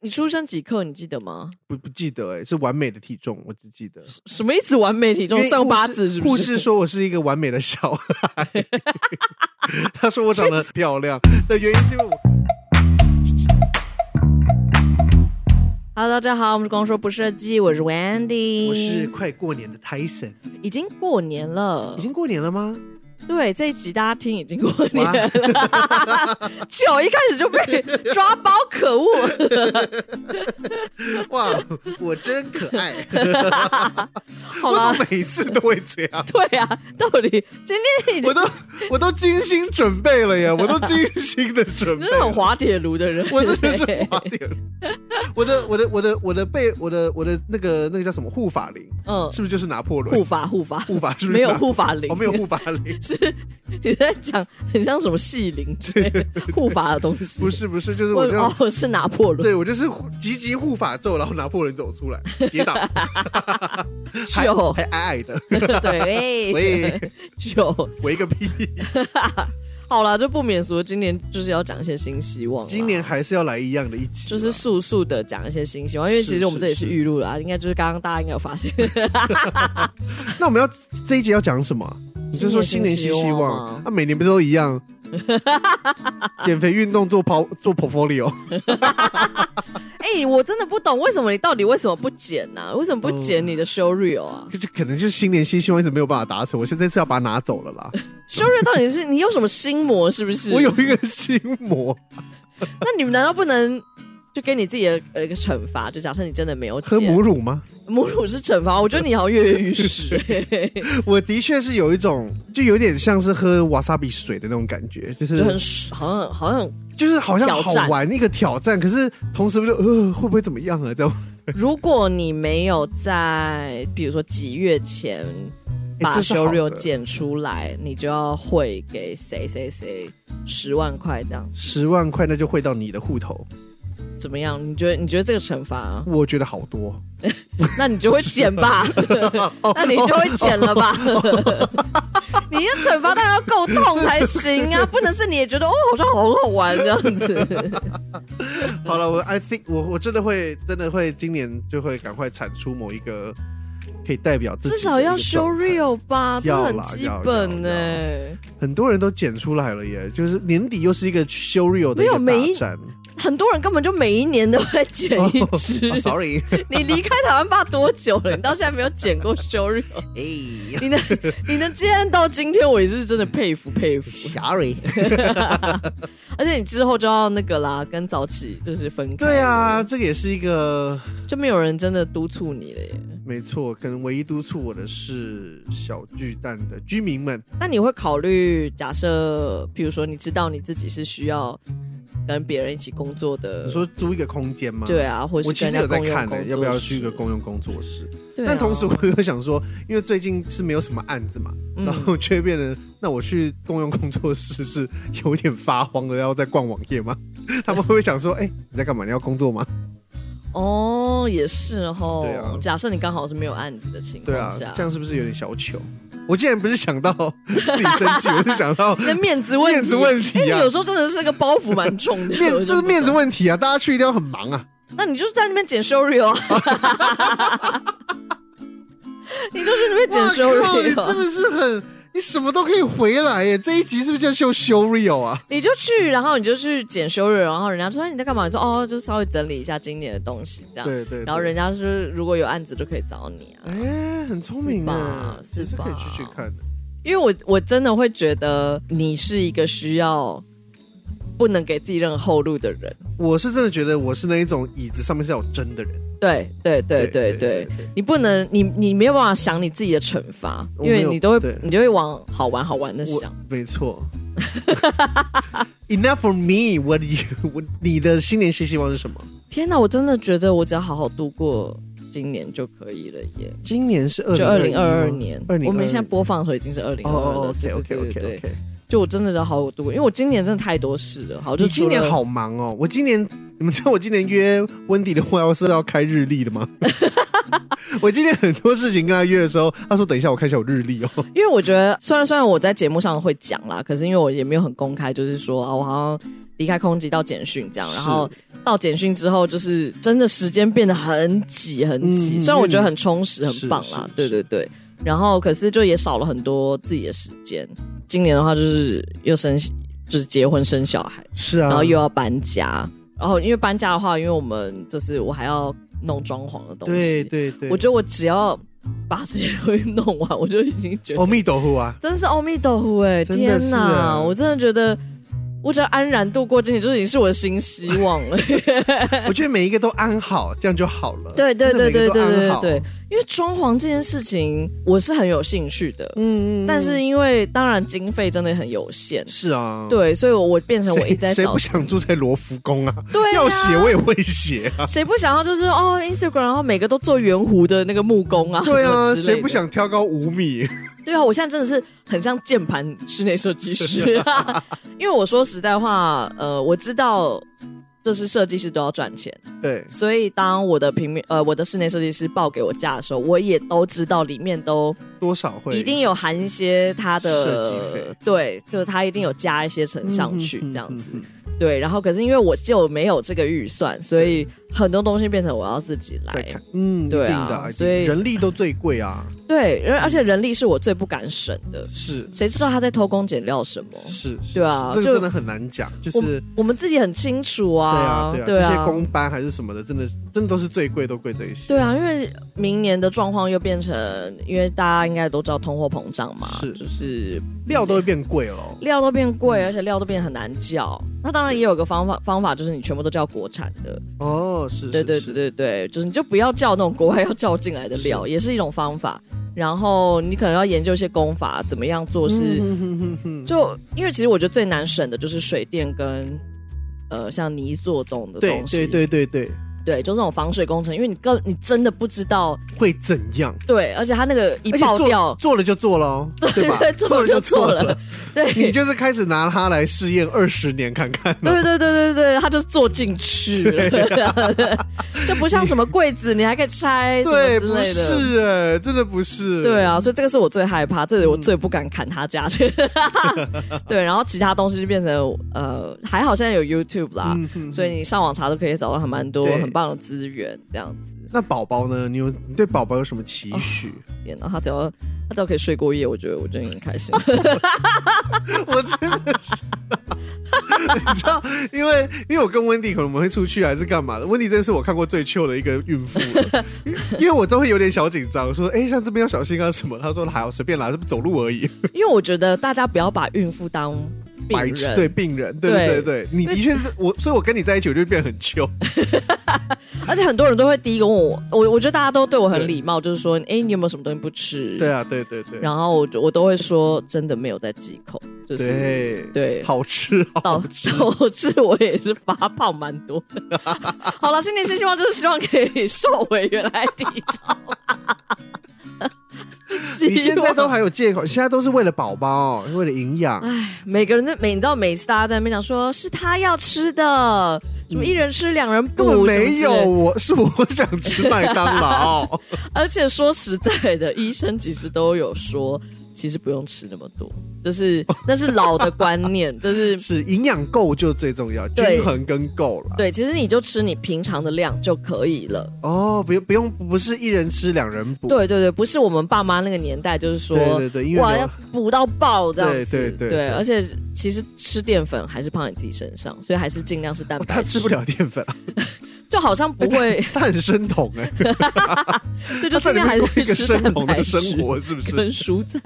你出生几克？你记得吗？不不记得哎、是完美的体重，我只记得。什么意思？完美体重因为上护八士字是护不士是？说我是一个完美的小孩， 他说我长得很漂亮的原因是因为我 Hello，大家好，我们是光说不设计，我是 Wendy，我是快过年的 Tyson，已经过年了已，经过年了吗？对这一集大家听已经过年 了，酒一开始就被抓包，可恶！哇，我真可爱，好我啦，怎么每次都会这样？对啊，到底今天已我经 都我都精心准备了耶，我都精心的准备真的很欸了，滑铁卢的人，我真的是滑点。 我的我的我的我的被我的我的那个那个叫什么护法灵，嗯，是不是就是拿破 仑？护法护法 护法是不是没有拿护法灵，哦，没有护法 灵，是你在讲很像什么戏灵之类的护法的东西，不是不是，就是我我这样。哦是拿破仑，对我就是急急护法咒，然后拿破仑走出来，跌倒， 还是哦还矮矮的， 对，哎喂就围个屁！ 好啦，就不免俗，今年就是要讲一些新希望啦。 今年还是要来一样的一集，啊就是速速的讲一些新希望，因为其是实我们这里是是预录啦，应该就是刚刚大家应该有发 现，那我们要这一集要讲什么啊？你就说新新年年新新希希望望啊啊，每年不是都一 样？减肥运动做抛做 portfolio， 哎、我真的不懂为什么你到底为什么不剪呢、为什么不剪嗯你的 show reel 啊、就可能就是新年新希望一直没有办法达成，我现在是要把它拿走了啦。 s h o w reel 到底是你有什么心魔是不是？我有，一个心魔，那你们难道不能就给你自己的呃一个惩罚？就假设你真的没有喝剪母乳吗？母乳是惩罚，我觉得你好像跃跃欲试、欸我的确是有一种，就有点像是喝瓦萨比水的那种感觉，就是就很好像好像就是好像挑好战玩一个挑战，可是同时就呃会不会怎么样啊？这样、如果你没有在，比如说几月前哎把这是好 show reel 的剪出来，你就要汇给谁谁谁 十万块这样，十万块那就汇到你的户头，怎么样？你觉得你觉得这个惩罚、 我觉得好多。那你就会剪 吧，那你就会剪了吧。你的惩罚当然要够痛才行 啊，不能是你也觉得哦，好像好好玩这样子。嗯好了，我 I think 我我真的会真的会今年就会赶快产出某一个可以代表自己的 至一个少要 show 状态 real 吧，这要很啦基要本欸呢、要很多人都剪出来了耶，就是年底又是一个 show real 的没一有个每大一战。很多人根本就每一年都在剪一 只。哦 sorry，你离开台湾爸多久了？你到现在没有剪过修日？哎你能你能坚韧到今天，我也是真的佩服佩 服。 ，sorry，而且你之后就要那个啦，跟早起就是分开。对，啊，这个也是一个就没有人真的督促你了耶。没错，可能唯一督促我的是小巨蛋的居民们。那你会考虑，假设比如说你知道你自己是需要跟别人一起工作的，你说租一个空间呃吗？对啊，或我者其是实跟人有家共在用看、工欸，作要不要去一个室公用工作室？对啊但同时我又想说，因为最近是没有什么案子嘛，嗯然后却变成那我去公用工作室是有点发慌的，要在逛网页吗？ 他们会不会想说，哎、你在干嘛？你要工作吗？哦，也是哈。对啊假设你刚好是没有案子的情对啊况下，，这样是不是有点小糗？我竟然不是想到自己生气，我是想到你的面子 问题，面子问哎题你啊有，时候真的是个包袱蛮重的，面我子就这是不面子懂。问题啊！大家去一定要很忙啊。那你就在那边剪 s h o r e l 啊，你就去那边剪 s h o r 哇靠 e 你 l 真啊，的是很，你什么都可以回来耶！这一集是不是叫秀 show real 啊？你就去，然后你就去剪 s h o r e l 然后人家说哎你在干嘛？你说哦，就稍微整理一下今年的东西这样。对对，啊然后对人家是如果有案子就可以找你啊，哎，很聪明啊，是吧也是可以是去吧去看的。因为我我真的会觉得你是一个需要不能给自己任何后路的人。我是真的觉得我是那一种椅子上面是要有针的人，对对对对对，你不能，你你没有办法想你自己的惩罚，我因没有为你都对会，你就会往好玩好玩的我想。没错。Enough for me，我 你我你的新年新希望是什么？天哪，我真的觉得我只要好好度过今年就可以了耶！今年是二就二零二二年，二零我们现在播放的时候已经是二零二二哦了。对，OK 对 OK 对 OK 对对， OK。就我真的只要好好度过，因为我今年真的太多事了。好，我就就今除了年，好 忙哦，我今年你们知道我今年约温迪的话是要开日历的吗？ 我今天很多事情跟他约的时候，他说等一下我看一下我日历哦。因为我觉得，虽然虽然我在节目上会讲啦，可是因为我也没有很公开，就是说啊，我好像离开空姐到简讯这样，是然后到简讯之后，就是真的时间变得很挤很挤。嗯虽然我觉得很充实是很棒啦是，对对对，然后可是就也少了很多自己的时间。今年的话，就是又生就是结婚生小孩，是啊然后又要搬家，然后因为搬家的话，因为我们就是我还要弄装潢的东对西，对对，我觉得我只要把这些东西弄完，我就已经觉得 哦，密豆腐啊，真是阿弥陀佛哎！真的天是哪，啊我真的觉得，我只要安然度过今年，就是已经是我的新希望了。我觉得每一个都安好，这样就好了。对对真的对对每个都对安对好对，因为装潢这件事情我是很有兴趣的，嗯嗯，嗯但是因为当然经费真的很有限，是啊，。对，所以我我变成我一谁直在谁找不，想住在罗浮宫啊？对啊要写我也会写啊。谁不想要就是哦 Instagram，然后每个都做圆弧的那个木工啊，对什啊，么 之类的谁不？想挑高五米？对啊，我现在真的是很像键盘室内设计师、啊 因为我说实在话，呃，我知道就是设计师都要赚钱。对，所以当我的平面呃我的室内设计师报给我价的时候，我也都知道里面都多少会一定有含一些他设计费的对，就是他一定有加一些成上去嗯嗯嗯这样子嗯嗯对。然后可是因为我就没有这个预算，所以很多东西变成我要自己再来看，嗯，对一定啊的一定所以人力都最贵啊，对，而而且人力是我最不敢省的， 是谁知道他在偷工减料什么？是，是对啊，这个就真的很难讲，就是我们自己很清楚对啊啊，对啊，对这些啊，公班还是什么的，真的真的都是最贵，都贵这一些。对啊，因为明年的状况又变成，因为大家应该都知道通货膨胀嘛，是就是料都会变贵了，哦料都变贵，而且料都变得很难叫。那当然也有个方法，方法就是你全部都叫国产的，哦，是，是对对是对对对，就是你就不要叫那种国外要叫进来的料，也是一种方法。然后你可能要研究一些功法，怎么样做是，嗯哼哼哼哼就因为其实我觉得最难省的就是水电跟。呃，像泥做动的对东西，对对对对，对，就这种防水工程，因为你根你真的不知道，会怎样？对，而且它那个一而且爆掉做，做了就 做了哦，对 吧对？做了就做了，对，你就是开始拿它来试验二十年看看哦。 对对对对对，他就坐进 去了，就不像什么柜子，你还可以拆什么对，之不类的。是哎，真的不是。对，啊，所以这个是我最害怕，这嗯个我最不敢砍他家去。 对，然后其他东西就变成呃，还好现在有 YouTube 啦，嗯哼所以你上网查都可以找到还蛮多对很棒的资源。这样子，那宝宝呢？你有你对宝宝有什么期许？天哪，他只要他只要可以睡过夜，我觉得我就已经很开心了。 我真的是。你知道，因为因为我跟温迪可能我们会出去还是干嘛的，温迪真的是我看过最糗的一个孕妇了，因为因为我都会有点小紧张，说哎、像这边要小心啊什么，他说还好随便啦，这不走路而已，因为我觉得大家不要把孕妇当病白痴人，对病人，对对对对，你的确是我，所以我跟你在一起我就变得很糗，而且很多人都会第一个问我，我我觉得大家都对我很礼貌，就是说，哎、你有没有什么东西不吃？对。啊，对对对，然后我就我都会说，真的没有在忌口，就是对对好吃 导好吃，导致我也是发胖蛮多的。 好了，新年新希望就是希望可以瘦回原来体重。你现在 希都望还有借口，现在都是为了宝宝，为了营养，哎每个人在每你知道每次大家在那边讲说是他要吃的，什么一人吃两人嗯根补，什么本没之有，类的我是我想吃麦当 劳。而且说实在的，医生其实都有说，其实不用吃那么多， 就是那是老的观念， 就是是营养够就最重要，对均衡跟够了。对，其实你就吃你平常的量就可以了。哦，不用不用，不是一人吃两人补。对对对，不是我们爸妈那个年代，就是说，对对对因为哦哇没有要补到爆这样子，对对对对而且其实吃淀粉还是胖在自己身上，所以还是尽量是蛋哦，白质，他吃不了淀粉啊， 就好像不会，他很生酮 哎、对，就他尽在里量还面是过一个吃生蛋酮白的质生活，是不 是？跟蔬菜，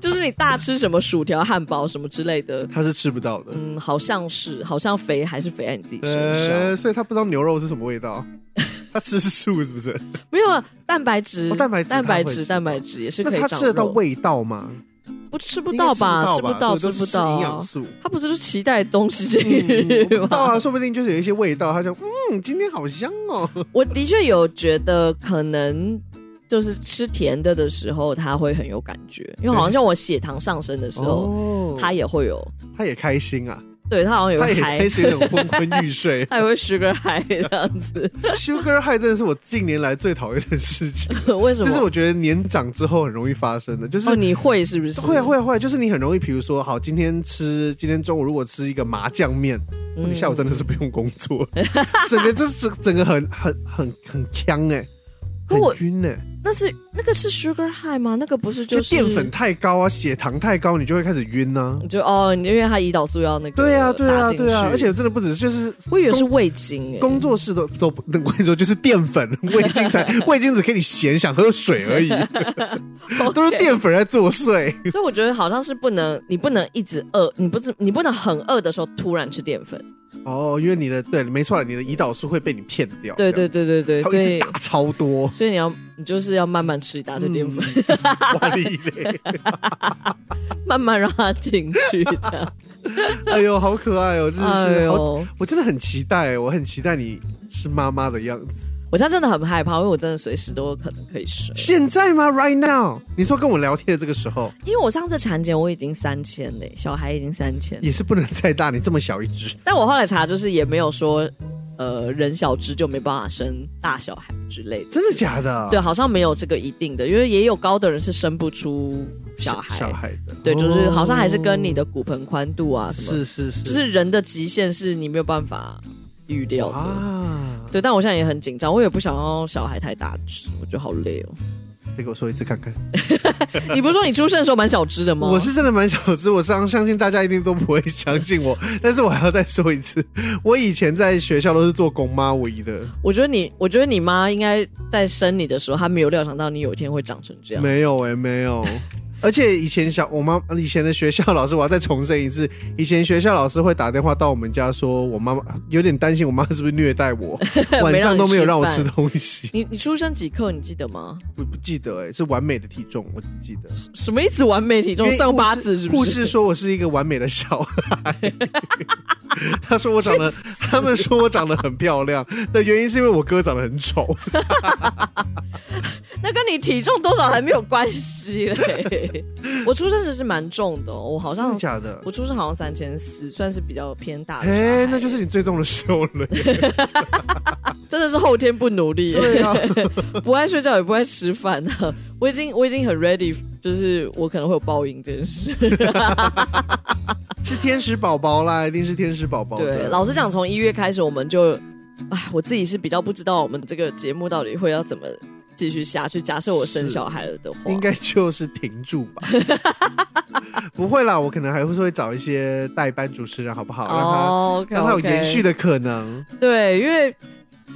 就是你大吃什么薯条、汉堡什么之类的， 他是吃不到 的。嗯，好像是，好像肥还是肥在你自己身上，呃，所以他不知道牛肉是什么味道， 他吃素是不是？没有啊，蛋白质，哦蛋白质蛋白它会质，吃蛋白质也是那可以他长吃得到肉，味道吗？不吃不应该到吧？吃吃不不到到，吧，对吃都不是到营养啊。 素。他不是就期待东西这嗯我不知个道吗？啊，说不定就是有一些味道，他想，嗯，今天好香哦。 我的确有觉得可能。就是吃甜的的时候，他会很有 感觉，因为好像像我血糖上升的时候，哦他也会有。他也开心啊，对他好像有他也嗨。开，始有点昏昏欲睡他也会 sugar high 这样子， Sugar high 真的是我近年来最讨厌的事情，为什这么？是我觉得年长之后很容易发生的，就是哦，你会是不是？会啊会啊会啊，就是你很容易，比如说，好，今天吃，今天中午如果吃一个麻酱面，嗯你下午真的是不用工作， 整个这整整个很很很很呛哎、可我很晕哎、那是那个是 sugar high 吗？那个不是就是淀粉太高啊，血糖太高，你就会开始晕啊。就哦，你因为他胰岛素要那个对啊，对打啊，进对啊，去嗯而且真的不只是就是我以为是味精哎、工作室都都不，我跟你说，就是淀粉、 味精才，味精只给你咸，想喝水 而已，都是 OK 淀粉在作祟。所以我觉得好像是不能，你不能一直饿，你不是你不能很饿的时候突然吃淀粉。哦，因为你的对，没错，你的胰岛素会被你骗掉。对对对，对对对，它所会一直以打 超多所以你要你就是要慢慢吃一大堆淀粉，嗯哇你嘞， 慢慢让它进 去这样。哎呦，好可爱哦，真的哎是，好呦，我真的很期待，我很期待你是妈妈的样子。我现在真的很害怕，因为我真的随时都有可能可以睡。现在吗？Right now？你说跟我聊天的这个时候，因为我上次产检我已经三千嘞，小孩已经三千，也是不能再大，你这么小一只，但我后来查就是也没有说，呃，人小只就没办法生大小孩之类的。真的假的？对，啊好像没有这个一定的，因为也有高的人是生不出小，小孩，小孩的，对，就是好像还是跟你的。的骨盆宽度啊什么，是是是，就是人的极限是你没有办法预料的。啊，对，但我现在也很紧张，我也不想要小孩太大只，我觉得好 累哦。再给我说一次看看。你不是说你出生的时候蛮小只的吗？我是真的蛮小只，我相相信大家一定都不会相信 我，但是我还要再说一次，我以前在学校都是做公妈围的，我觉得你，我觉得你妈应该在生你的时候，她没有料想到你有一天会长成这样。没有哎、没 有。而且以前小我妈以前的学校老师，我要再重申一次，以前学校老师会打电话到我们家说，我妈妈有点担心我妈是不是虐待 我，晚上都没有让我吃东西，你你出生几克？你记得吗？我不记得哎、是完美的体重，我只记得。什么意思？完美体因重为上护八士字是护不是？士说我是一个完美的小孩， 他说我长得，他们说我长得很漂亮的原因是因为我哥长得 很丑， 那跟你体重多少还没有关系嘞。 我出生时是蛮重的、哦，我好真像的假的我？出生好像三千四，算是比较偏大的小孩。哎，那就是你最重的时候了。真的是后天不努力，对啊，不爱睡觉也不爱吃饭、啊。 我已经我已经很 ready，就是我可能会有报应这件事。 是天使宝宝啦，一定是天使宝宝的。对，老实讲，从一月开始我们就，哎，我自己是比较不知道我们这个节目到底会要怎么继续下去。假设我生小孩了的话，应该就是停住 吧。不会啦，我可能还会会找一些代班主持人，好不好？让他、哦，让他有延续的的可能。对，因为。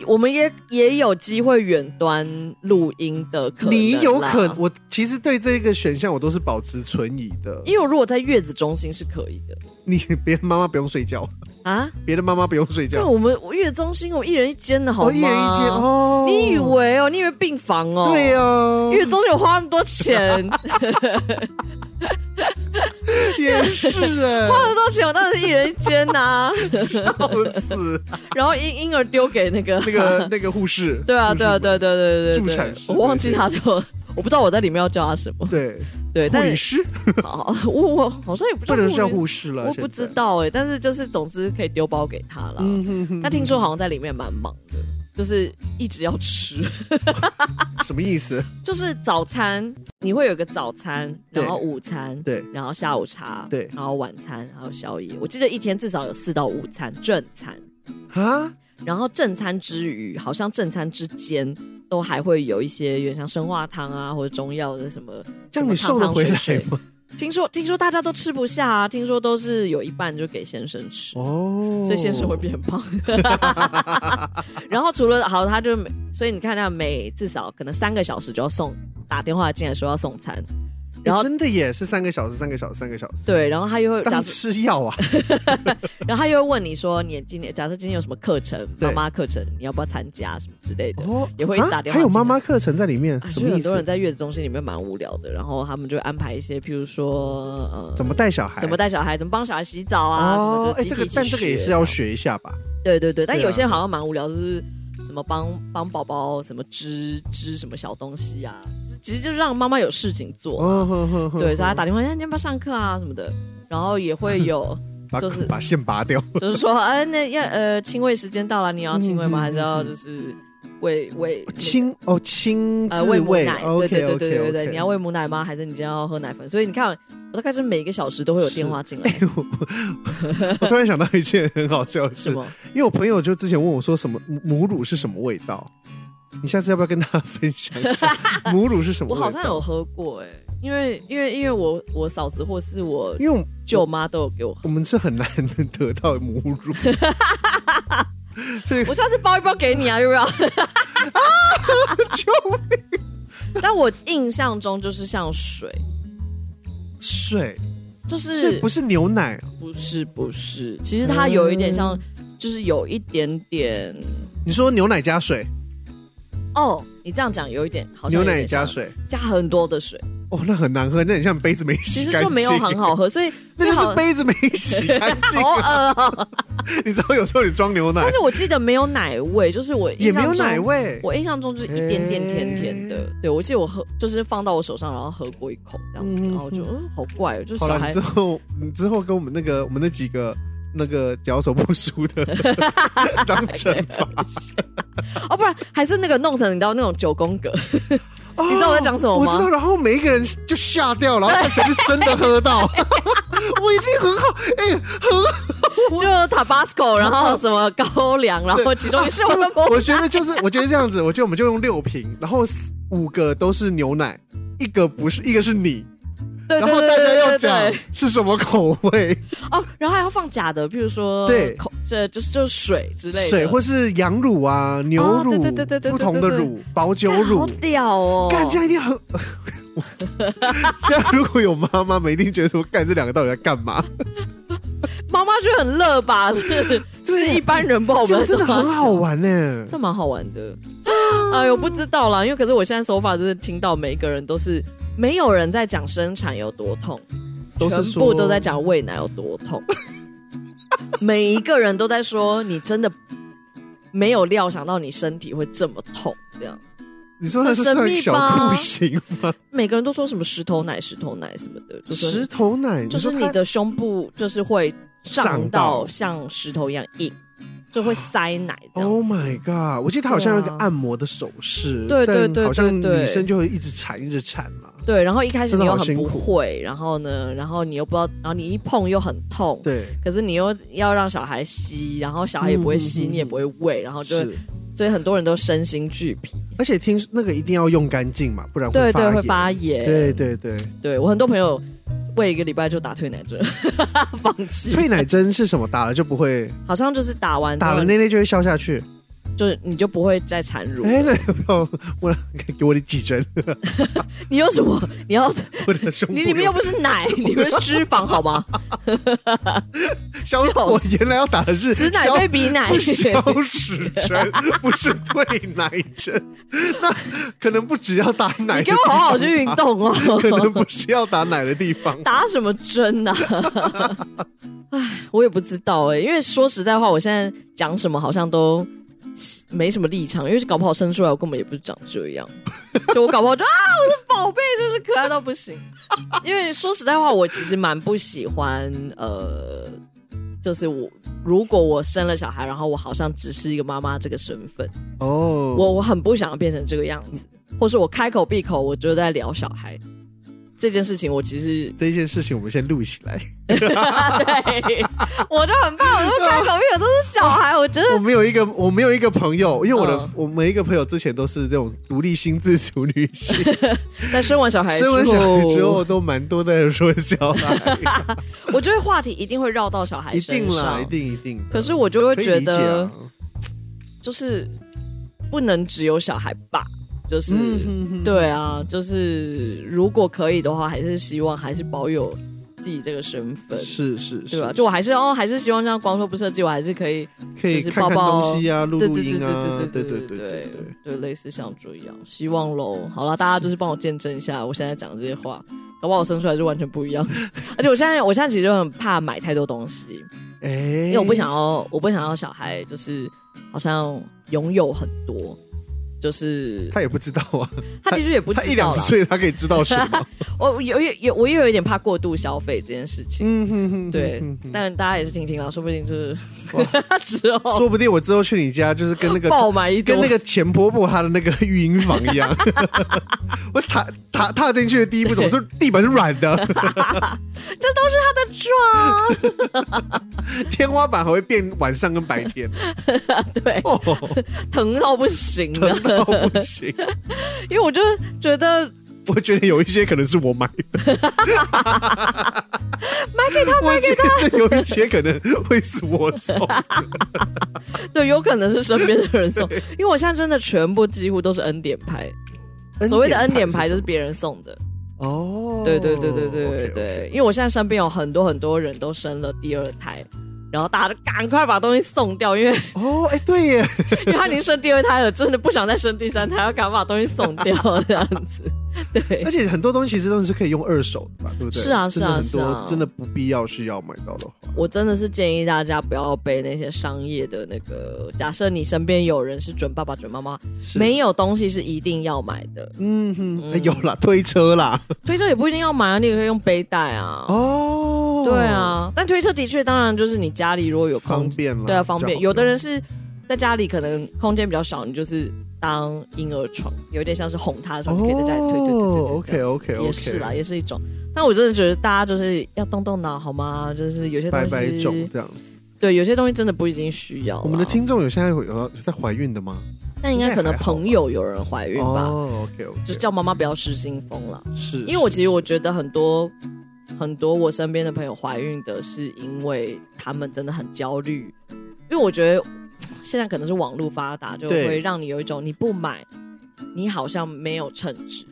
我们也也有机会远端录音的可能，你有可，我其实对这个选项我都是保持存疑的。因为我如果在月子中心是可以的你别的妈妈不用睡觉，啊。别的妈妈不用睡因为觉，我们我月子中心我一人一间的好吗？啊哦，一人一间哦。你以为哦？你以为病房哦？对啊呀、月子中心我花那么多 钱，花也是哎、那么多钱，我当然是一人一间 呐、笑 死！然后婴婴儿丢给那个那个那个护士， 对啊，护士对啊，对啊对啊对啊对啊助对啊产师我忘记他叫，我不知道我在里面要叫他什么。对，对，护但理是师好，我我好像也不知道不能叫理护士了，我现不知在。道哎、但是就是总之可以丢包给他啦。嗯哼哼他听说好像在里面蛮忙的，就是一直要吃， 什么意思？就是早餐你会有个早餐，对然后午餐，对，然后下午茶，对然后晚餐，还有宵夜。我记得一天至少有四到五餐正餐，啊，然后正餐之余，好像正餐之间都还会有一些，有点像生化汤啊或者中药的什么。这样你瘦得回来什么汤汤水水吗？听说听说大家都吃不下啊，听说都是有一半就给先生吃。哦，所以先生会变胖， 然后除了好，他就每所以你看他每至少可能三个小时就要送打电话进来说要送餐，欸，然后真的也是三个小时，三个小时，三个小时，对，然后他又会假当设吃 药啊，然后他又会问你说你今年假设今天有什么课程，对妈妈课程你要不要参加什么之类的，哦，也会一直打啊电话还有进来妈妈课程在里面啊，什就么很意多人思？在月子中心里面蛮无聊的，然后他们就会安排一些，譬如说呃，怎么带小孩？怎么带小孩，怎么帮小孩洗澡啊，哦，什么哎，就集体这个一起但这个也是要学一下吧？对对对，但对啊有些人好像蛮无聊，就是什么帮帮宝宝什么织织什么小东西啊，就是其实就是让妈妈有事情做。哦，呵呵呵对，所以他打电话，哎，你要不要上课啊什么的，然后也会有把就是把线拔掉。就是说，哎、那要呃亲喂时间到了，你要亲喂吗？嗯嗯还是要就是喂喂那个 亲哦，亲呃自喂母喂奶？对对 OK，对 OK，对对 OK 对， 你要喂母奶吗？还是你今天要喝奶粉？所以你看，我大概是每个小时都会有电话进来，我突然想到一件很好笑的事是，吗？因为我朋友就之前问我说什么母母乳是什么味道，你下次要不要跟大家 分享一 下母乳是什我么味道？好像有，喝过哎、因为因为因为我我嫂子或是我因为我舅妈都有给我喝。我们是很难得到母 乳。我下次包一包给你啊，要不 要？救命！但我印象中就是像水，水就是是不是牛奶？不是不是，其实它有一点像，嗯就是有一点点你说牛奶加水，哦。你这样讲有一点，好像牛有奶点像加水，加很多的水，哦，那很难喝，那很像杯子没洗其干净。实就没有很好，喝，所 以那最就好是杯子没洗干净。啊好饿 哦。你知道有时候你装牛奶但是我记得没有奶味，就是我也印没象有中奶。味，欸我印象中就是一点点甜甜的，对我记得我喝就是放到我手上，然后喝过一口这样子，嗯然后我就嗯好怪哦，就是好小了，孩你之后你之后跟我们那个我们那几个那个脚手不输 的当惩罚，哦，不然还是那个弄成你知道那种九宫 格，你知道我在讲什么吗我知道，然后每一个人就吓掉，然后看谁是真的喝 到，我一定很好，哎、就 Tabasco，然后什么高粱，然后其中也是我的我觉得 就是我觉得这样子，我觉得我们就用六瓶，然后四五个都是牛奶，一个不是，一个是你，对然对后对大家要对对讲对是什么口味，哦，然后还要放假的，譬如说对口这就是就是水之类的，水或是羊乳啊、牛哦乳，对对对对对不同的对对对乳、保酒干乳好，屌哦！干这样一定很。 这样如果有妈妈们，一定觉得说干这两个到底在干嘛？妈妈就很乐吧，是是一般人不好这哦们样真的很好，玩呢、这蛮好玩的。哎呦，不知道啦，因为可是我现在手法就是听到每一个人都是没有人在讲生产有多痛，都是全说部都在讲喂奶有多 痛，每一个人都在说你真的没有料想到你身体会这么痛，这样你说那是很神算秘小吧酷刑吗？每个人都说什么石头奶、石头奶什么的，就石是头奶就是说你它的胸部就是会胀胀到到像石头一样硬，就会塞奶这样子。 Oh my god！我记得它好像有一个对啊按摩的手势，对对对但好像对对女生就会一直缠，一直缠嘛。对，然后一开始你又很真的不好辛苦会，然后呢，然后你又不知道，然后你一碰又很痛，对，可是你又要让小孩吸，然后小孩也不会吸，嗯嗯嗯，你也不会喂，然后就是所以很多人都身心俱疲，而且听说那个一定要用干净嘛，不然对对，会会发炎。炎，对对对，对我很多朋友喂一个礼拜就打退奶针， 放弃，退奶针是什么？打了就 不会，好像就是打完之后打了那那就会消下去。就是你就不会再产乳了，哎，那要不要 我给我几针？你有什 么？你要我的胸部你里面又不是奶，里面是脂肪好吗？ 消，笑死我原来要打的是此奶消非彼奶，是 消脂针，不是退奶针。那可能不只要打奶你的给地方，我好好去运动 可能哦。不是要打奶的地方。 打什么针呐、啊？ 唉，我也不知道哎、因为说实在话，我现在讲什么好像都没什么立场，因为搞不好生出来我根本也不是长这样，就我搞不好就啊，我的宝贝真是可爱到不行。因为说实在话，我其实蛮不喜欢呃，就是我如果我生了小孩，然后我好像只是一个妈妈这个身份，哦，我我很不想要变成这个样子，或是我开口闭口我就在聊小孩这件事情，我其 实这件事情我们先录起来。 对，我就很怕，我就开口闭口都是小孩，我觉 我得们有一个，我们有一个朋友，因为我的、嗯我每一个朋友之前都是这种独立心自主女性，在生完小孩之生后，完小孩哦之后都蛮多在说小孩，我觉得话题一定会绕到小孩 一身定啦，上一。定一定的。可是我就会可以觉理解得啊，就是不能只有小孩吧，就是、嗯哼哼，对啊，就是如果可以的话，还是希望还是保有自己这个身份。是是是，对吧？就我还是哦，还是希望这样光说不设计，我还是可以可以就是看看抱抱东西啊，录对录对对音啊，对对对对对对对，对，类似像这样，希望喽。好了，大家就是帮我见证一下我现在讲的这些话，搞不好我生出来就完全不一样。 而且我现在，我现在其实就很怕买太多东西，哎，因为我不想要，我不想要小孩就是好像拥有很多，就是他也不知道啊，他其实也不他一知两道啦。岁他可以知道什 么？我有有有，我又有一点怕过度消费这件事情。嗯哼哼， 对哼哼，但大家也是听听啦，说不定就是 之后说不定我之后去你家就是跟那个爆买一堆跟那个前婆婆她的那个育婴房一 样，我踏踏踏进去的第一步总是地板是软的， 这都是他的妆。 天花板还会变晚上跟白天，对，哦， 疼到不行啊的，疼到不行。因为我就觉得 我觉得有一些可能是我买 的，买给 他，买给他。有一些可能会是我送，对，有可能是身边的人 送，因为我现在真的全部几乎都是恩典牌， 所谓的恩典牌就是是别人送的。什么哦，对对对对对对 OK，OK 对，因为我现在身边有很多很多人都生了第二胎。然后大家就赶快把东西送掉，因为 哦，哎，对耶，因为他已经生第二胎了，真的不想再生第三胎，要赶快把东西送掉这样子。 对而，且很多东西其实都是可以用二手的吧，对不对？是啊真的是啊很是啊多真的不必要需要买到的话，我真的是建议大家不要被那些商业的那个，假设你身边有人是准爸爸准妈妈，是没有东西是一定要买的，嗯哼，嗯哎有啦，推车啦，推车也不一定要买啊，你也可以用背带啊。哦，对，啊，但推车的确，当然就是你家里如果有方空，便啦，对啊，方比较便。好哦有的人是在家里可能空间比较小，你就是当婴儿床，有点像是哄他的时候，你可以在家里推推推推推哦这样子，OK，OK，OK 也是啊啦，也是一种。但我真的觉得大家就是要动动脑好吗？就是有些东拜西，拜种这样子。对，有些东西真的不一定需要啦。我们的听众有现在有有在怀孕的吗？但应该可应该能还好吧朋友有人怀孕吧，哦，OK OK，就是叫妈妈不要失心疯啦。是，因为我是其实我觉得很多很多我身边的朋友怀孕的是因为他们真的很焦虑，因为我觉得现在可能是网络发达，就对会让你有一种你不买，你好像没有称职。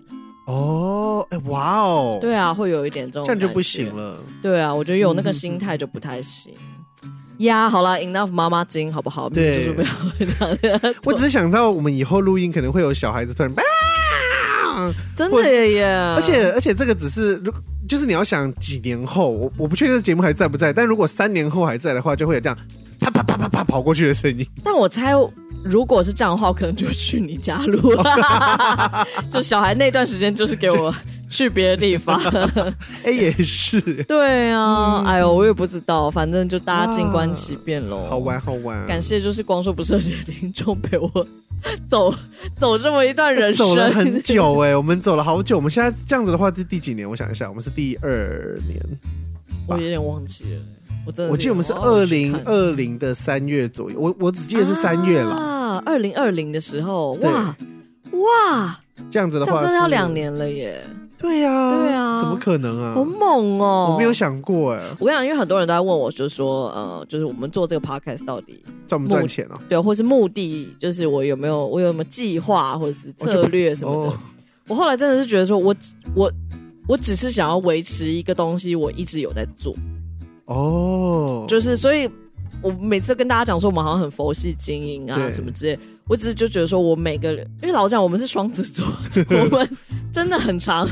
哦，哎、哇哦，，对啊，会有一点这种这样就不感觉行。了。对啊，我觉得有那个心态就不太行。呀、好了，enough 妈妈经好不好？对就是不要这样我只是想到我们以后录音可能会有小孩子突然，啊、真或的耶！而且而且这个只是如。就是你要想几年后，我我不确定这节目还在不在，但如果三年后还在的话，就会有这样啪啪啪啪啪跑过去的声 音。但我猜，如果是这样的话，我可能就去你家录， 就小孩那段时间就是给我去别的地 方。哎、也是，对啊，嗯哎呦，我也不知道，反正就大家静观其变喽。好玩。好啊玩。感谢就是光说不涉及的听众陪我走 走这么一段人生，走了很久哎、我们走了好久。我们现在这样子的话是第几年？我想一下，我们是第二年，我有点忘记了。我真的，我记得我们是二零二零的三月左右，我我只记得是三月啦。啦，啊二零二零的时候，对哇哇，这样子这的样话真的要是两年了耶，对呀、对啊怎么可能啊？好猛哦！我没有想过哎、我跟你讲，因为很多人都在问我，就是说，呃，就是我们做这个 podcast 到底赚不赚钱啊？对，或是目的，就是我有没有我有没有计划，或者是策略什么的。哦，我后来真的是觉得说我，我我只是想要维持一个东西，我一直有在做，哦，就是所以，我每次跟大家讲说我们好像很佛系经营啊对什么之类，我只是就觉得说我每个人，因为老实讲我们是双子 座，我们真的很长，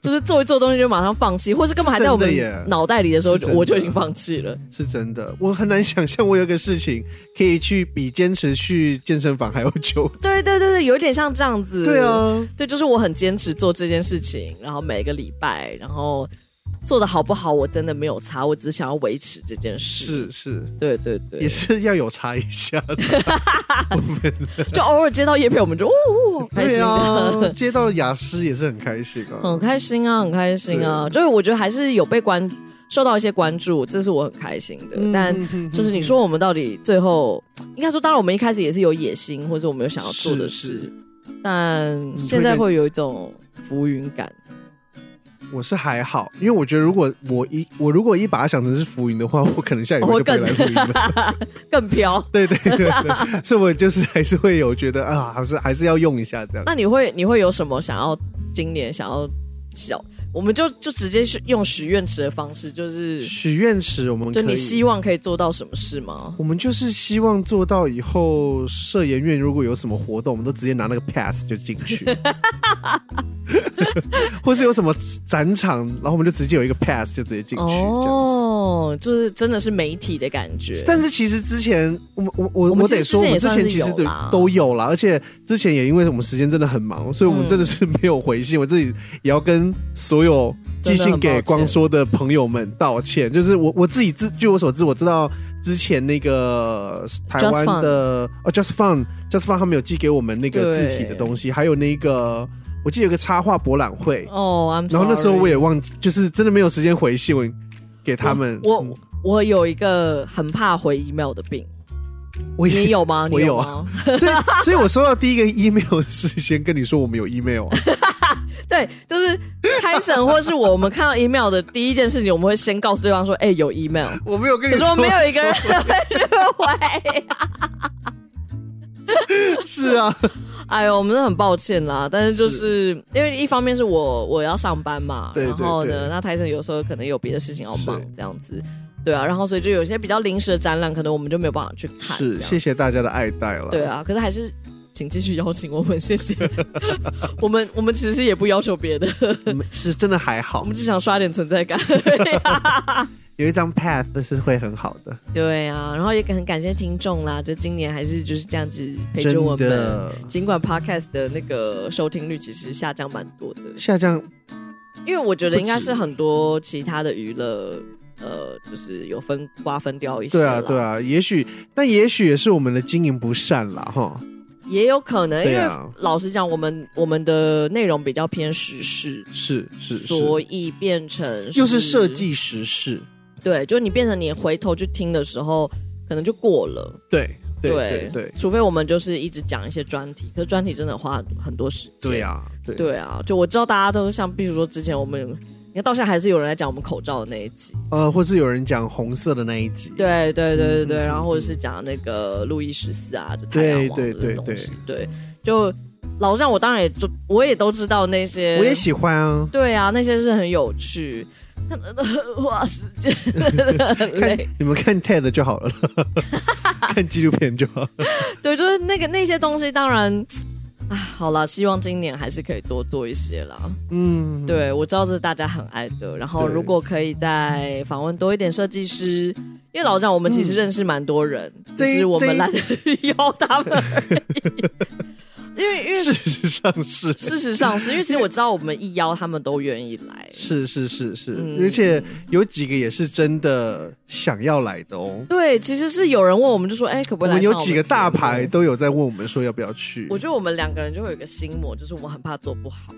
就是做一做东西就马上放弃，或是根本还在我们是真的耶脑袋里的时候是真的我就已经放弃了。是真的，我很难想象我有一个事情可以去比坚持去健身房还要久。对对对对，有点像这样子。对，啊， 对，就是我很坚持做这件事情，然后每个礼拜，然后做的好不好，我真的没有差，我只想要维持这件事。是是，对对也对，是要有查一下的。就偶尔接到叶片，我们就哦，哦好 开心对的。啊，接到雅思也是很开心啊。很开心啊，很开心啊！就是我觉得还是有被关受到一些关注，这是我很开心的。嗯嗯但就是你说我们到底最后，应该说，当然我们一开始也是有野心，或者我们有想要做的事是是，嗯但现在会有一种浮云感。我是还好，因为我觉得如果我一我如果一把它想成是浮云的话， 我可能下礼拜我就不会更来录音了。 更飘。对对对对，所以我就是还是会有觉得啊，还是还是要用一下这样。那你会你会有什么想要今年想要小？我们就就直接去用许愿池的方式，就是许愿池，我们可就以你希望可以做到什么事吗？我们就是希望做到以后社研院如果有什么活动，我们都直接拿那个 pass 就进去， 或是有什么展场，然后我们就直接有一个 pass 就直接进去。这样子哦，就是真的是媒体的感觉。但是其实之前，我们我我我们我其实得说，之我前们也之算前是其实有都啦都有啦，而且之前也因为我们时间真的很忙，所以我们嗯真的是没有回信。我自己也要跟所有寄真的信很抱给歉光说的朋友们道歉。就是我我自己自据我所知，我知道之前那个台 Just 湾 Fun 的哦，Just Fun Just Fun 他们有寄给我们那个字体的对东西，还有那个我记得有个插画博览会，哦，I'm sorry，然后那时候我也忘记，就是真的没有时间回信我给他们。我我我有一个很怕回 email 的 病，我你也有吗？我你有啊吗？ 所以，所以我收到第一个 email 是先跟你说我们有 email，啊、 对，就是开审或是我们看到 email 的第一件事情，我们会先告诉对方说，哎、有 email。我没有跟你可是说，我没有一个人会回，是啊，哎呦，我们真的很抱歉啦。但是就是因为一方面是我我要上班嘛，对对然后对呢，那泰森有时候可能有别的事情要忙是，这样子，对啊，然后所以就有些比较临时的展览，可能我们就没有办法去看，是这样谢谢大家的爱戴了。对，啊，可是还是请继续邀请我们，谢 谢。我们我们其实也不要求别的，嗯是真的还我好们，只想刷点存在 感。有一张 path 是会很好的，对啊，然后也很感谢听众啦，就今年还是就是这样子陪真着我们。的尽管 podcast 的那个收听率其实下降蛮多的，下降因为我觉得应该是很多其他的娱乐，呃，就是有分瓜分掉一些对啊啦，对啊，也许但也许也是我们的经营不善啦。哈，也有可能，因对为啊老实讲，我们我们的内容比较偏时事，是是是，所以变成又是设，计时事，对，就你变成你回头去听的时候，可能就过了。对对对对对除非我们就是一直讲一些专题，可是专题真的花很多时间。对啊对对啊，就我知道大家都像，比如说之前我们，你看到现在还是有人在讲我们口罩的那一集，呃，或是有人讲红色的那一集，对对对对对，嗯嗯嗯然后或者是讲那个路易十四啊，就太阳王对对的东西，对就老实讲，我当然也就我也都知道那些，我也喜欢啊，对啊，那些是很有趣，花时间很看累，你们看 TED 就好了，看纪录片就好。对，就是那个那些东西，当然。啊，好了，希望今年还是可以多做一些啦。嗯， 对，我知道这是大家很爱的。然后，对如果可以再访问多一点设计师，因为老实讲，我们其实认识蛮多人，嗯这一只是我这们一懒得 邀他们而已。 因为因为事实上是事实上是因为其实我知道我们一邀他们都愿意来，是是是是，嗯而且有几个也是真的想要来的哦。对，其实是有人问我们就说，哎、可不我可以来们上有我们几个大牌节目。都有在问我们说要不要去我，觉得我们两个人就会有一个心魔，就是我们很怕做不好。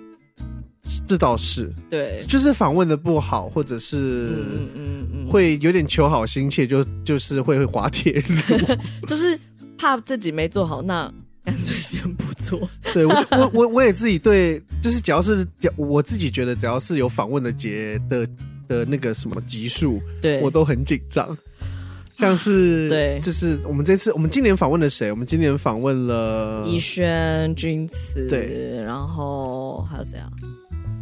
这倒是，对，就是访问的不好，或者嗯是嗯嗯，会有点求好心切，就就是会会滑铁 卢。就是怕自己没做好，那干脆先不做。对我我我我也自己对，就是只要是我自己觉得只要是有访问的节的的那个什么集数，对，啊我都很紧张。像是对就是我们这次我们今年访问了谁？我们今年访问了怡轩、君慈，对，然后还有谁啊？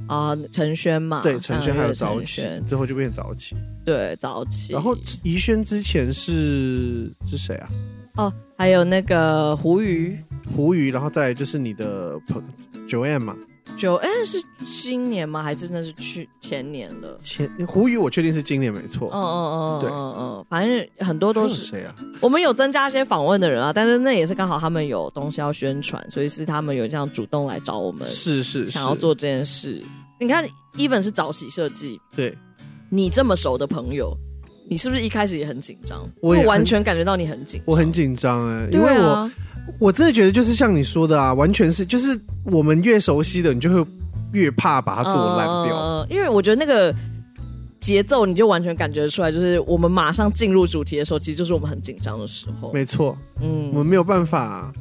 啊，陈轩嘛，对陈轩还有上个早月起陈轩，之后就变早起。对，早起，然后怡轩之前是是谁啊？哦，还有那个胡宇胡宇，然后再来就是你的朋 Joanne 嘛。九，哎，是今年吗？还是那是去前年了？前胡宇我确定是今年没错。嗯嗯嗯对嗯嗯嗯，反正很多还有都是谁啊？我们有增加一些访问的人啊，但是那也是刚好他们有东西要宣传，所以是他们有这样主动来找我们，是是想要是做这件事。你看，even 是早起设计，对，你这么熟的朋友，你是不是一开始也很紧张？我也很完全感觉到你很紧张，我很紧张哎，对因为我啊，我真的觉得就是像你说的啊，完全是就是我们越熟悉的，你就会越怕把它做烂掉。呃因为我觉得那个节奏，你就完全感觉出来，就是我们马上进入主题的时候，其实就是我们很紧张的时候。没错，我嗯，们没有办法、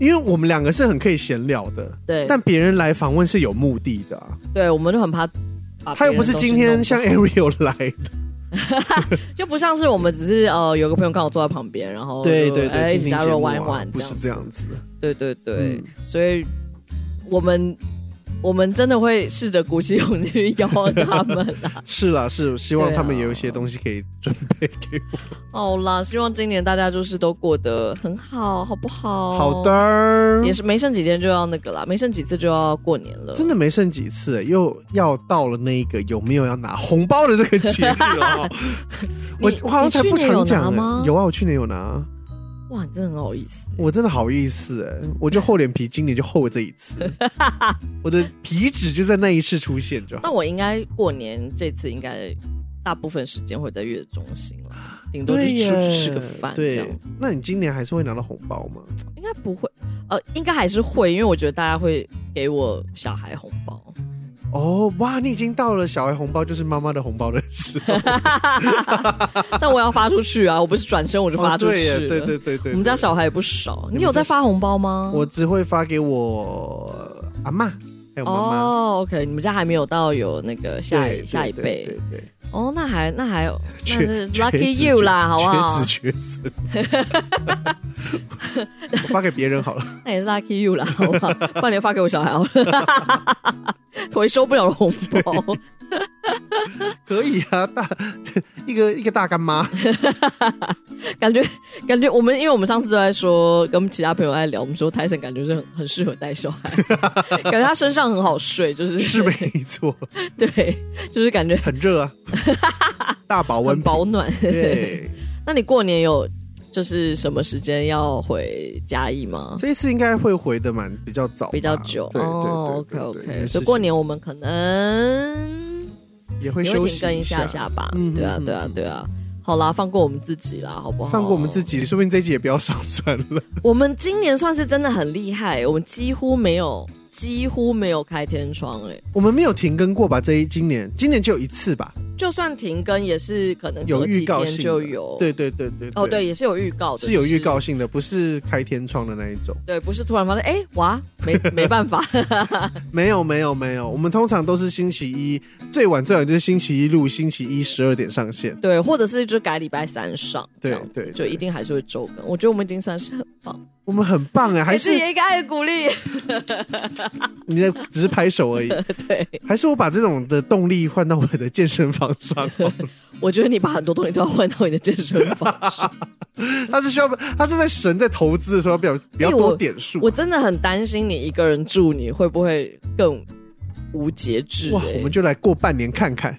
因为我们两个是很可以闲聊的，对，但别人来访问是有目的的啊、对，我们就很怕啊把别人的东西弄。他又不是今天像 Ariel 来的，就不像是我们只是呃有个朋友刚好坐在旁边，然后对就对哎对，一听起听加节入目玩一啊玩，不是样这样子。对对对，嗯。所以我们我们真的会试着鼓起勇气去邀他们啊啦是啦，是希望对啊他们也有一些东西可以准备给我。好啦，希望今年大家就是都过得很好，好不好？好的，儿哦也，是没剩几天就要那个啦，没剩几次就要过年了。真的没剩几次，欸又要到了那一个有没有要拿红包的这个节日了 哦。我你我好像才不常讲你去年有拿吗欸，有啊，我去年有拿，哇，你真的很好意思。我真的好意 思哎，我就厚脸皮，今年就厚这一次，我的皮脂就在那一次出现就好。那我应该过年这次应该大部分时间会在月子中心啦，顶多就对是耶出去吃个饭这样对，那你今年还是会拿到红包吗？应该不会，呃，应该还是会，因为我觉得大家会给我小孩红包。哦，哇，你已经到了小孩红包就是妈妈的红包的时 候，但我要发出去啊！我不是转身我就发哦出去对了。耶对对对对对，我们家小孩也不少。你们家你有在发红包吗？我只会发给我阿妈还有妈妈。哦，OK，你们家还没有到有那个下对一下一辈对对对哦，那还那还那 缺是缺 lucky 子 you 啦，好不好对，？缺子缺孙，我发给别人好了。 那也是 lucky you 啦，好不好？ 不然你发给我小孩好了， 回收不了的红包。可以啊，大 一个一个大干妈，感觉感觉我们，因为我们上次都在说，跟其他朋友在聊，我们说泰森感觉是很很适合带小 孩，感觉他身上很好睡，就是是没错， 对，就是感觉很热 啊，大保温很瓶保暖。对， 那你过年有就是什么时间要回嘉义吗？这一次应该会回的蛮比较早吧，比较久对哦对对，OK 对对 OK，没所以事过情年我们可能也会也会休停息更一下下吧嗯，对啊嗯对啊嗯对啊，好啦，放过我们自己啦，好不好？放过我们自哦己，说不定这一集也不要上传了。我们今年算是真的很厉害，我们几乎没有几乎没有开天窗哎、我们没有停更过吧？这一今年，今年只有一次吧，就算停更也是可能有隔预几告天性就的有，对对对对，哦对，也是有预告的，是有就是预告性的，不是开天窗的那一种。对，不是突然发现哎、哇没 没办法，没有没有没有，我们通常都是星期一，最晚最晚就是星期一录，星期一十二点上线。对，或者是就改礼拜三上，对这样子对就对一定还是会周更。我觉得我们已经算是很棒，我们很棒哎，还给自是己一个爱的鼓励。你的只是拍手而 已，对，还是我把这种的动力换到我的健身房上好了？我觉得你把很多东西都要换到你的健身房。他是需要，他是在神在投资的时候要比较比较因为我多点数。 我真的很担心你一个人住，你会不会更无节制、哇欸？，我们就来过半年看看。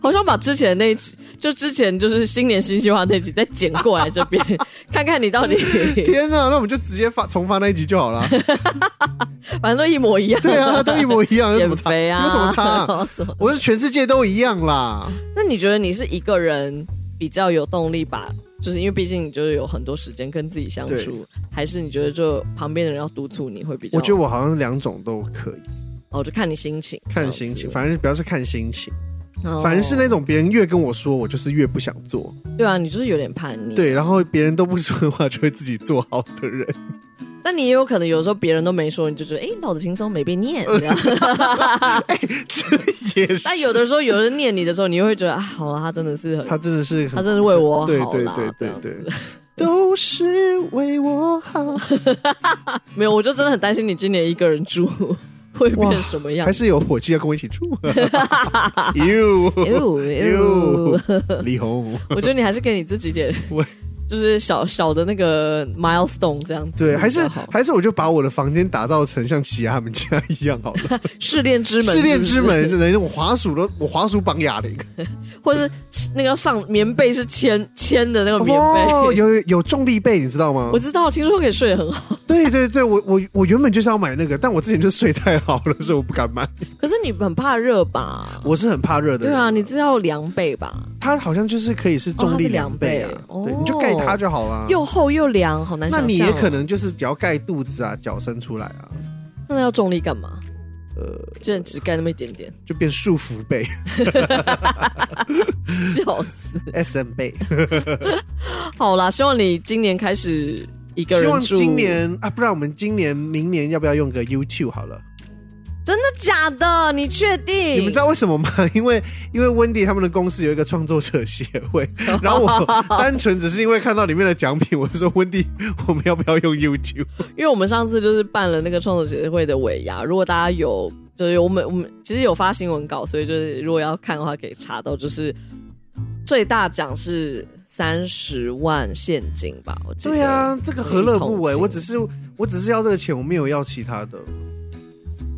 好想把之前那一集，就之前就是新年新希望那集再剪过来这 边，看看你到底，天呐，那我们就直接发重发那一集就好 了。反正都一模一样。对啊，都一模一样，有什减么差？肥啊，有什么差啊什么我是全世界都一样啦。那你觉得你是一个人比较有动力吧？就是因为毕竟你就是有很多时间跟自己相处对，还是你觉得就旁边的人要督促你会比较？我觉得我好像两种都可以，哦，就看你心情，看心这情，样反正主要是看心情。子反正是哦那种别人越跟我说，我就是越不想做。对啊，你就是有点叛逆。，对，然后别人都不说的话，就会自己做好的人。但你也有可能有时候别人都没说，你就觉得哎，脑子轻松没被 念。这样 这也是，但有的时候有人念你的时候，你又会觉得啊，好了，他真的是很， 他真的是他很，真的是为我对好对啦对这对样对子。，都是为我好。没有，我就真的很担心你今年一个人住会变什么样还。是有伙计要跟我一起住。You 啊 哎 呦哎呦 you，李红。我觉得你还是给你自己点 我，就是小小的那个 milestone 这样嗯子比较好。对，还是还是我就把我的房间打造成像奇亚他们家一样好了，试炼 之门，试炼之门，是不 连我滑鼠都我滑鼠绑牙的一个，是，或者是那个上棉被是牵牵的那个棉被。哦，有有有重力被，你知道吗我？知道，听说可以睡得很好，对对对，我我我原本就是要买那个，但我之前就睡太好了，所以我不敢买。可是你很怕热吧？ 我是很怕热的对人，啊，你知道凉被吧？它好像就是可以是重力被啊，哦它是对，凉被你就盖它就好了。又厚又凉，好难啊那想象哦。你也可能就是只要盖肚子啊，脚伸出来啊，那要重力干嘛？呃，真的只盖那么一点点， 就变束缚被笑死！ S M 被。好啦，希望你今年开始一个希人望住。今年啊，不然我们今年明年要不要用个 YouTube 好了？真的假的？你确定？你们知道为什么吗？ 因为因为温迪他们的公司有一个创作者协 会，然后我单纯只是因为看到里面的奖品，我就说温迪，我们要不要用 YouTube？因为我们上次就是办了那个创作协会的尾牙，如果大家有就是我们我们其实有发新闻稿，所以就是如果要看的话可以查到，就是最大奖是三十万现金吧，我记得。对啊，这个何乐不为？一桶金我只是我只是要这个钱，我没有要其他的。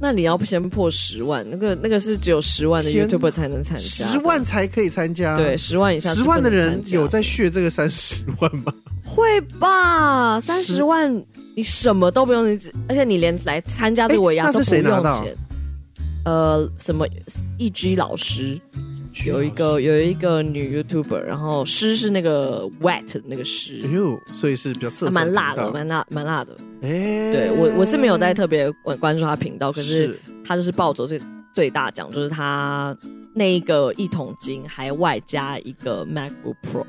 那你要不先破十万，那个那个是只有十万的天哪 YouTuber 才能参加，十万才可以参加，啊对，，十万以下是十不能万的人参加有在血这个三十万吗？会吧？三十十万你什么都不用，你只而且你连来参加这个尾哎牙那都不是谁拿用到钱。呃，什么一居老师， 有一哎个有一个女 YouTuber，然后诗是那个 wet 的那个诗哎，呦，所以是比较色还色，啊蛮辣的，蛮辣蛮辣的。哎，对我我是没有在特别关关注她频道，可是是她就是抱着最最大奖，就是她那一个一桶金，还外加一个 MacBook Pro。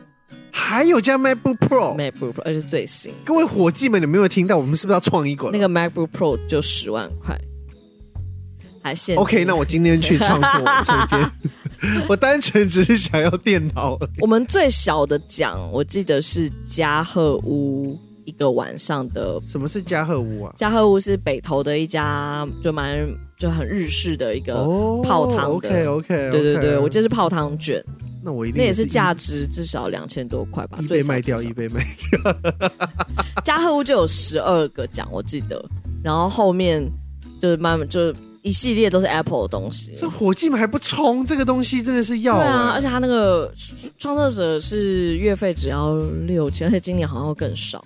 还有加 MacBook Pro。 MacBook Pro，而且是最新各位伙计们，你们有没有听到？我们是不是要创一个了？那个 MacBook Pro 就十万块，还现金 OK，那我今天去 创作，瞬间，我单纯只是想要电脑而已。我们最小的奖，我记得是嘉禾屋一个晚上的。什么是加贺屋啊？嘉禾屋是北投的一家，就蛮就很日式的一个，哦泡汤的 OK OK，对对对，我记得是泡汤卷，那我一定那也是一价值至少两千多块吧，一最被少卖掉，最一少被卖。嘉禾屋就有十二个奖，我记得，然后后面就是慢慢就一系列都是 Apple 的东西，这伙计们还不冲，这个东西真的是要对啊，哎而且他那个创作者是月费只要六千，而且今年好像更少，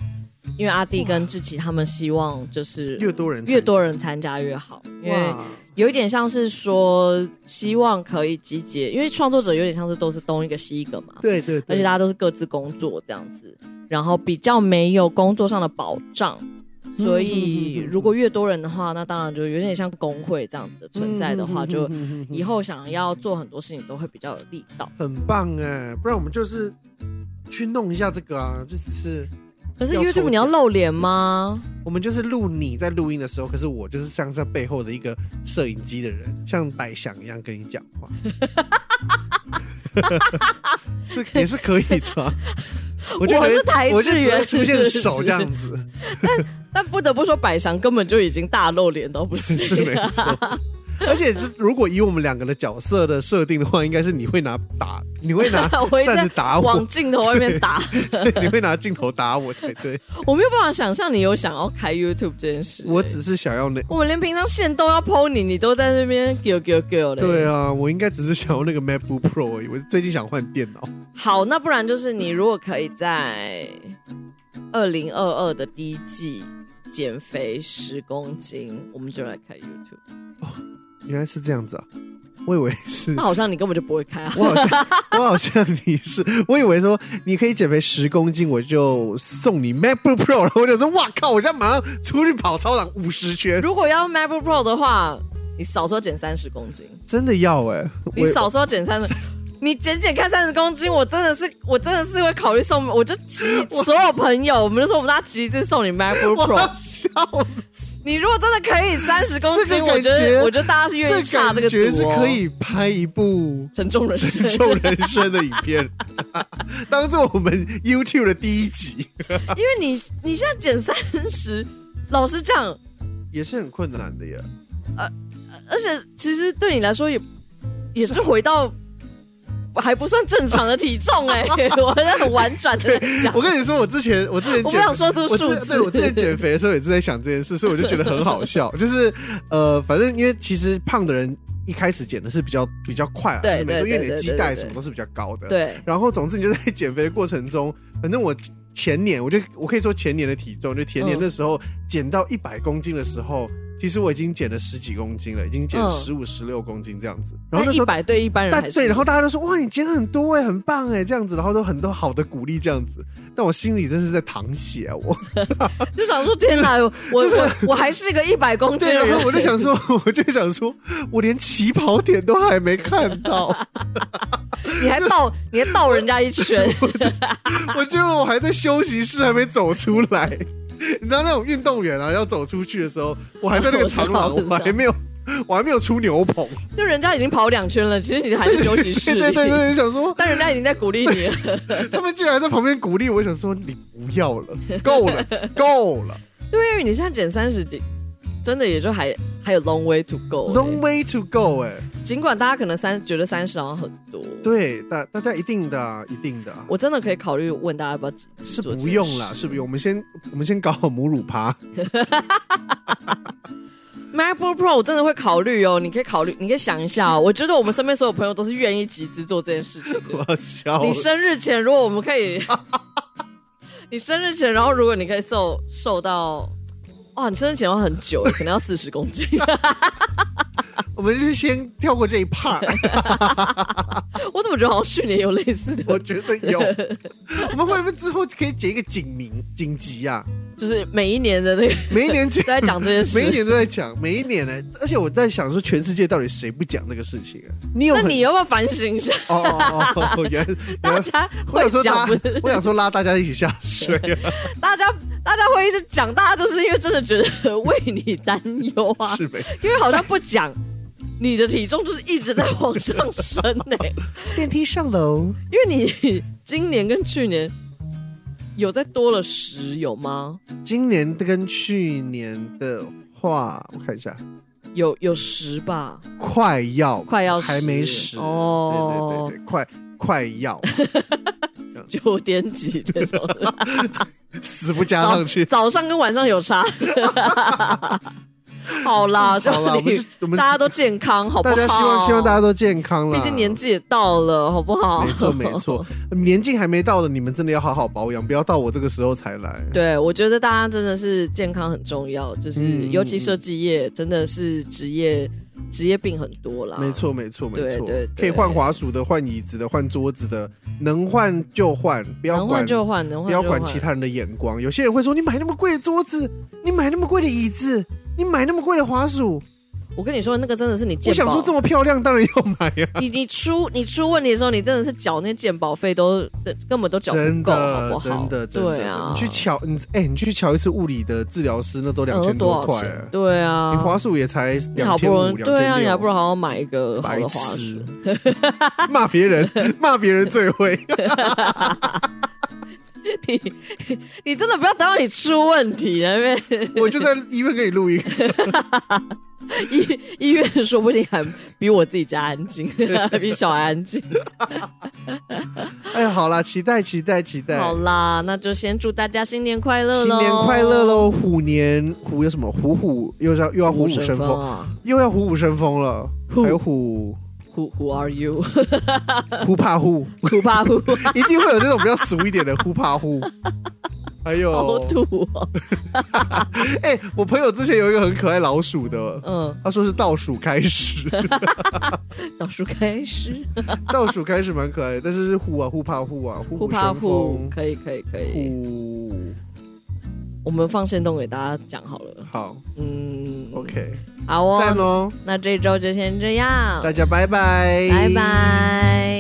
因为阿弟跟志奇他们希望就是越多人参加越多人参加越好，因为哇，有一点像是说希望可以集结，因为创作者有点像是都是东一个西一个嘛，对对而对，且大家都是各自工作这样子，然后比较没有工作上的保障。所以，如果越多人的话，那当然就有点像工会这样子的存在的话，嗯就以后想要做很多事情都会比较有力道。很棒哎，不然我们就是去弄一下这个啊，就只是可是要抽 YouTube 你要奖露脸吗？我们就是录你在录音的时候，可是我就是像在背后的一个摄影机的人，像白想一样跟你讲话。 是也是可以的啊、 我就我觉是得台我就志只远会出现手这样子， 但不得不说，百祥根本就已经大露脸到不 行。是没错。而且是如果以我们两个的角色的设定的话，应该是你会拿打，你会 拿我一直扇子在打我往，镜头外面打， 你会拿镜头打我才对。我没有办法想象你有想要开 YouTube 这件事、我欸只是想要那，我们连平常线都要 PO 你，你都在那边 g i g i g i 的。对啊，我应该只是想要那个 MacBook Pro 而已。我最近想换电脑。好，那不然就是你如果可以在二零二二的第一季减肥十公斤，我们就来开 YouTube。原来是这样子啊！我以为是 那，好像你根本就不会开啊。我好像，我好像你是，我以为说你可以减肥十公斤，我就送你 MacBook Pro，然后我就说，哇靠！我现在马上出去跑操场五十圈，如果要 MacBook Pro 的话，你少说减三十公斤，真的要哎、你我少说减三十，你减减看三十公斤，我真的是，我真的是会考虑送，我就 集所有朋友，我们就说我们大家集一次送你 MacBook 我 Pro。啊要笑啊了，你如果真的可以三十公这斤，个我感觉觉得，我觉得大家是愿意下感这个觉赌是哦。可以啊拍一部沉重人拯生，救人生的影片，当做我们 YouTube 的第一集， 因为你你现在减三十， 老实讲，也是很困难的耶。而且其实对你来说也也是回到。还不算正常的体重 哎、 我在很婉转的讲，我跟你说，我之前我之前我不减想说出我之数对字。我之前减肥的时候也是在想这 件事，所以我就觉得很好笑。就是呃，反正因为其实胖的人一开始减的是比较比较快啊，对是没对错，因为对你的对基对带对什么都是比较高的。。对，然后总之你就在减肥的过程中， 反正我前年我就我可以说前年的体重，就前年嗯那时候减到一百公斤的时候。其实我已经减了十几公斤了，已经减嗯十五、十六公斤这样子。然后那时一候百对一般人大还是对，然后大家都说哇，你减很多哎、很棒哎、这样子，然后都很多好的鼓励这样子。但我心里真是在淌血 啊，我就想说天 哪，我我我我还是个一百公斤对，的人，然后我就想说，我就想说，我连起跑点都还没看到，你还倒你还倒人家一 圈，我觉得我还在休息室，还没走出 来。你知道那种运动员啊，要走出去的时候，我还在那个长廊，我知我道还没有， 我还没有出牛棚。就人家已经跑两圈了，其实你还是休息室里。 对对对对，想说但人家已经在鼓励你了。他们竟然在旁边鼓励我，想说你不要 了，够了，够了对，因为你现在减三十几，真的也就还还有 long way to go、欸，long way to go 哎、尽管大家可能三觉得三十好像很多，对，大大家一定的啊、一定的啊、我真的可以考虑问大家要不要集是不用啦，是不用。我们先我们先搞好母乳趴， MacBook Pro，我真的会考虑哦。你可以考 虑，你可以想一下、哦。我觉得我们身边所有朋友都是愿意集资做这件事情 的。我要笑了你生日前，如果我们可以， 你生日前，然后如果你可以瘦瘦到，哇，你生日前要很久，欸可能要四十公斤。 我们就是先跳过这一 part，我怎么觉得好像去年有类似 的，我觉得有。我们会不会之后可以解一个警民紧急啊？就是每一年的那个每一年都 解，在讲这件 每事。一年都在讲，每一年呢、而且我在想说，全世界到底谁不讲这个事情啊？你有那很你要不要反省一下？哦哦哦哦，原 来原大来。家我会想说讲拉不是，？我想说拉大家一起下水啊，大家大家会一直讲，大家就是因为真的觉得为你担忧啊。是没？因为好像不讲，你的体重就是一直在往上升呢、电梯上楼，因为你今年跟去年有再多了十，有吗？今年跟去年的话，我看一下，有有十吧，快要快要还没十哦对对对对，快快 要九点几这种， 死不加上 去。早上跟晚上有 差。好啦，希好啦，我望们你就我们大家都健康，好不好？大家希望希望大家都健康啦。毕竟年纪哦也到了，好不好？没错没 错，年纪还没到的你们真的要好好保养，不要到我这个时候才来。对，我觉得大家真的是健康很重要，就是、嗯尤其设计业真的是职业职业病很多啦。没，错没错没对错对对，可以换滑鼠的，换椅子的，换桌子的，能换就换，不要能换管就换，能不换就要换。管其他人的眼光。有些人会说：“你买那么贵的桌子，你买那么贵的椅子，你买那么贵的滑鼠。我跟你说，那个真的是你”鉴我宝。想说，这么漂亮，当然要买啊 呀、你你出你出问题的时候，你真的是缴那鉴保费都对根本都缴真不够，好的，不好？真的，真的，对啊，你去瞧，你哎、你去瞧一次物理的治疗师，那都两千嗯多少块、钱？对啊，你滑鼠也才你两好不千容五、易两对啊，千你还不六，如好好买一个好白的滑鼠痴。， 骂别人，骂别人最会。 你 你真的不要等到你出问题 了，因为我就在医院给你录音， 医医院说不定还比我自己家安静， 比小孩安静。哎呀，好啦，期待，期待，期待。好啦，那就先祝大家新年快乐新喽！年快乐！喽！虎年虎有什么？虎虎又要又要虎虎虎虎生生风，啊！又要虎虎生风了。虎还 有虎 Who Who are you？ 虎怕虎，虎怕虎，一定会有那种比较俗一点的虎怕虎。还好有，土哦。哎、我朋友之前有一个很可爱老鼠的，嗯，他说是倒数开始，倒数开始， 倒数开始蛮可爱的，但是是虎啊虎怕虎啊虎虎虎怕生虎，风可以可以可以。虎。我们放线动给大家讲好了。好嗯，OK，好赞哦，喽，那这周就先这样大，家拜拜，拜。拜。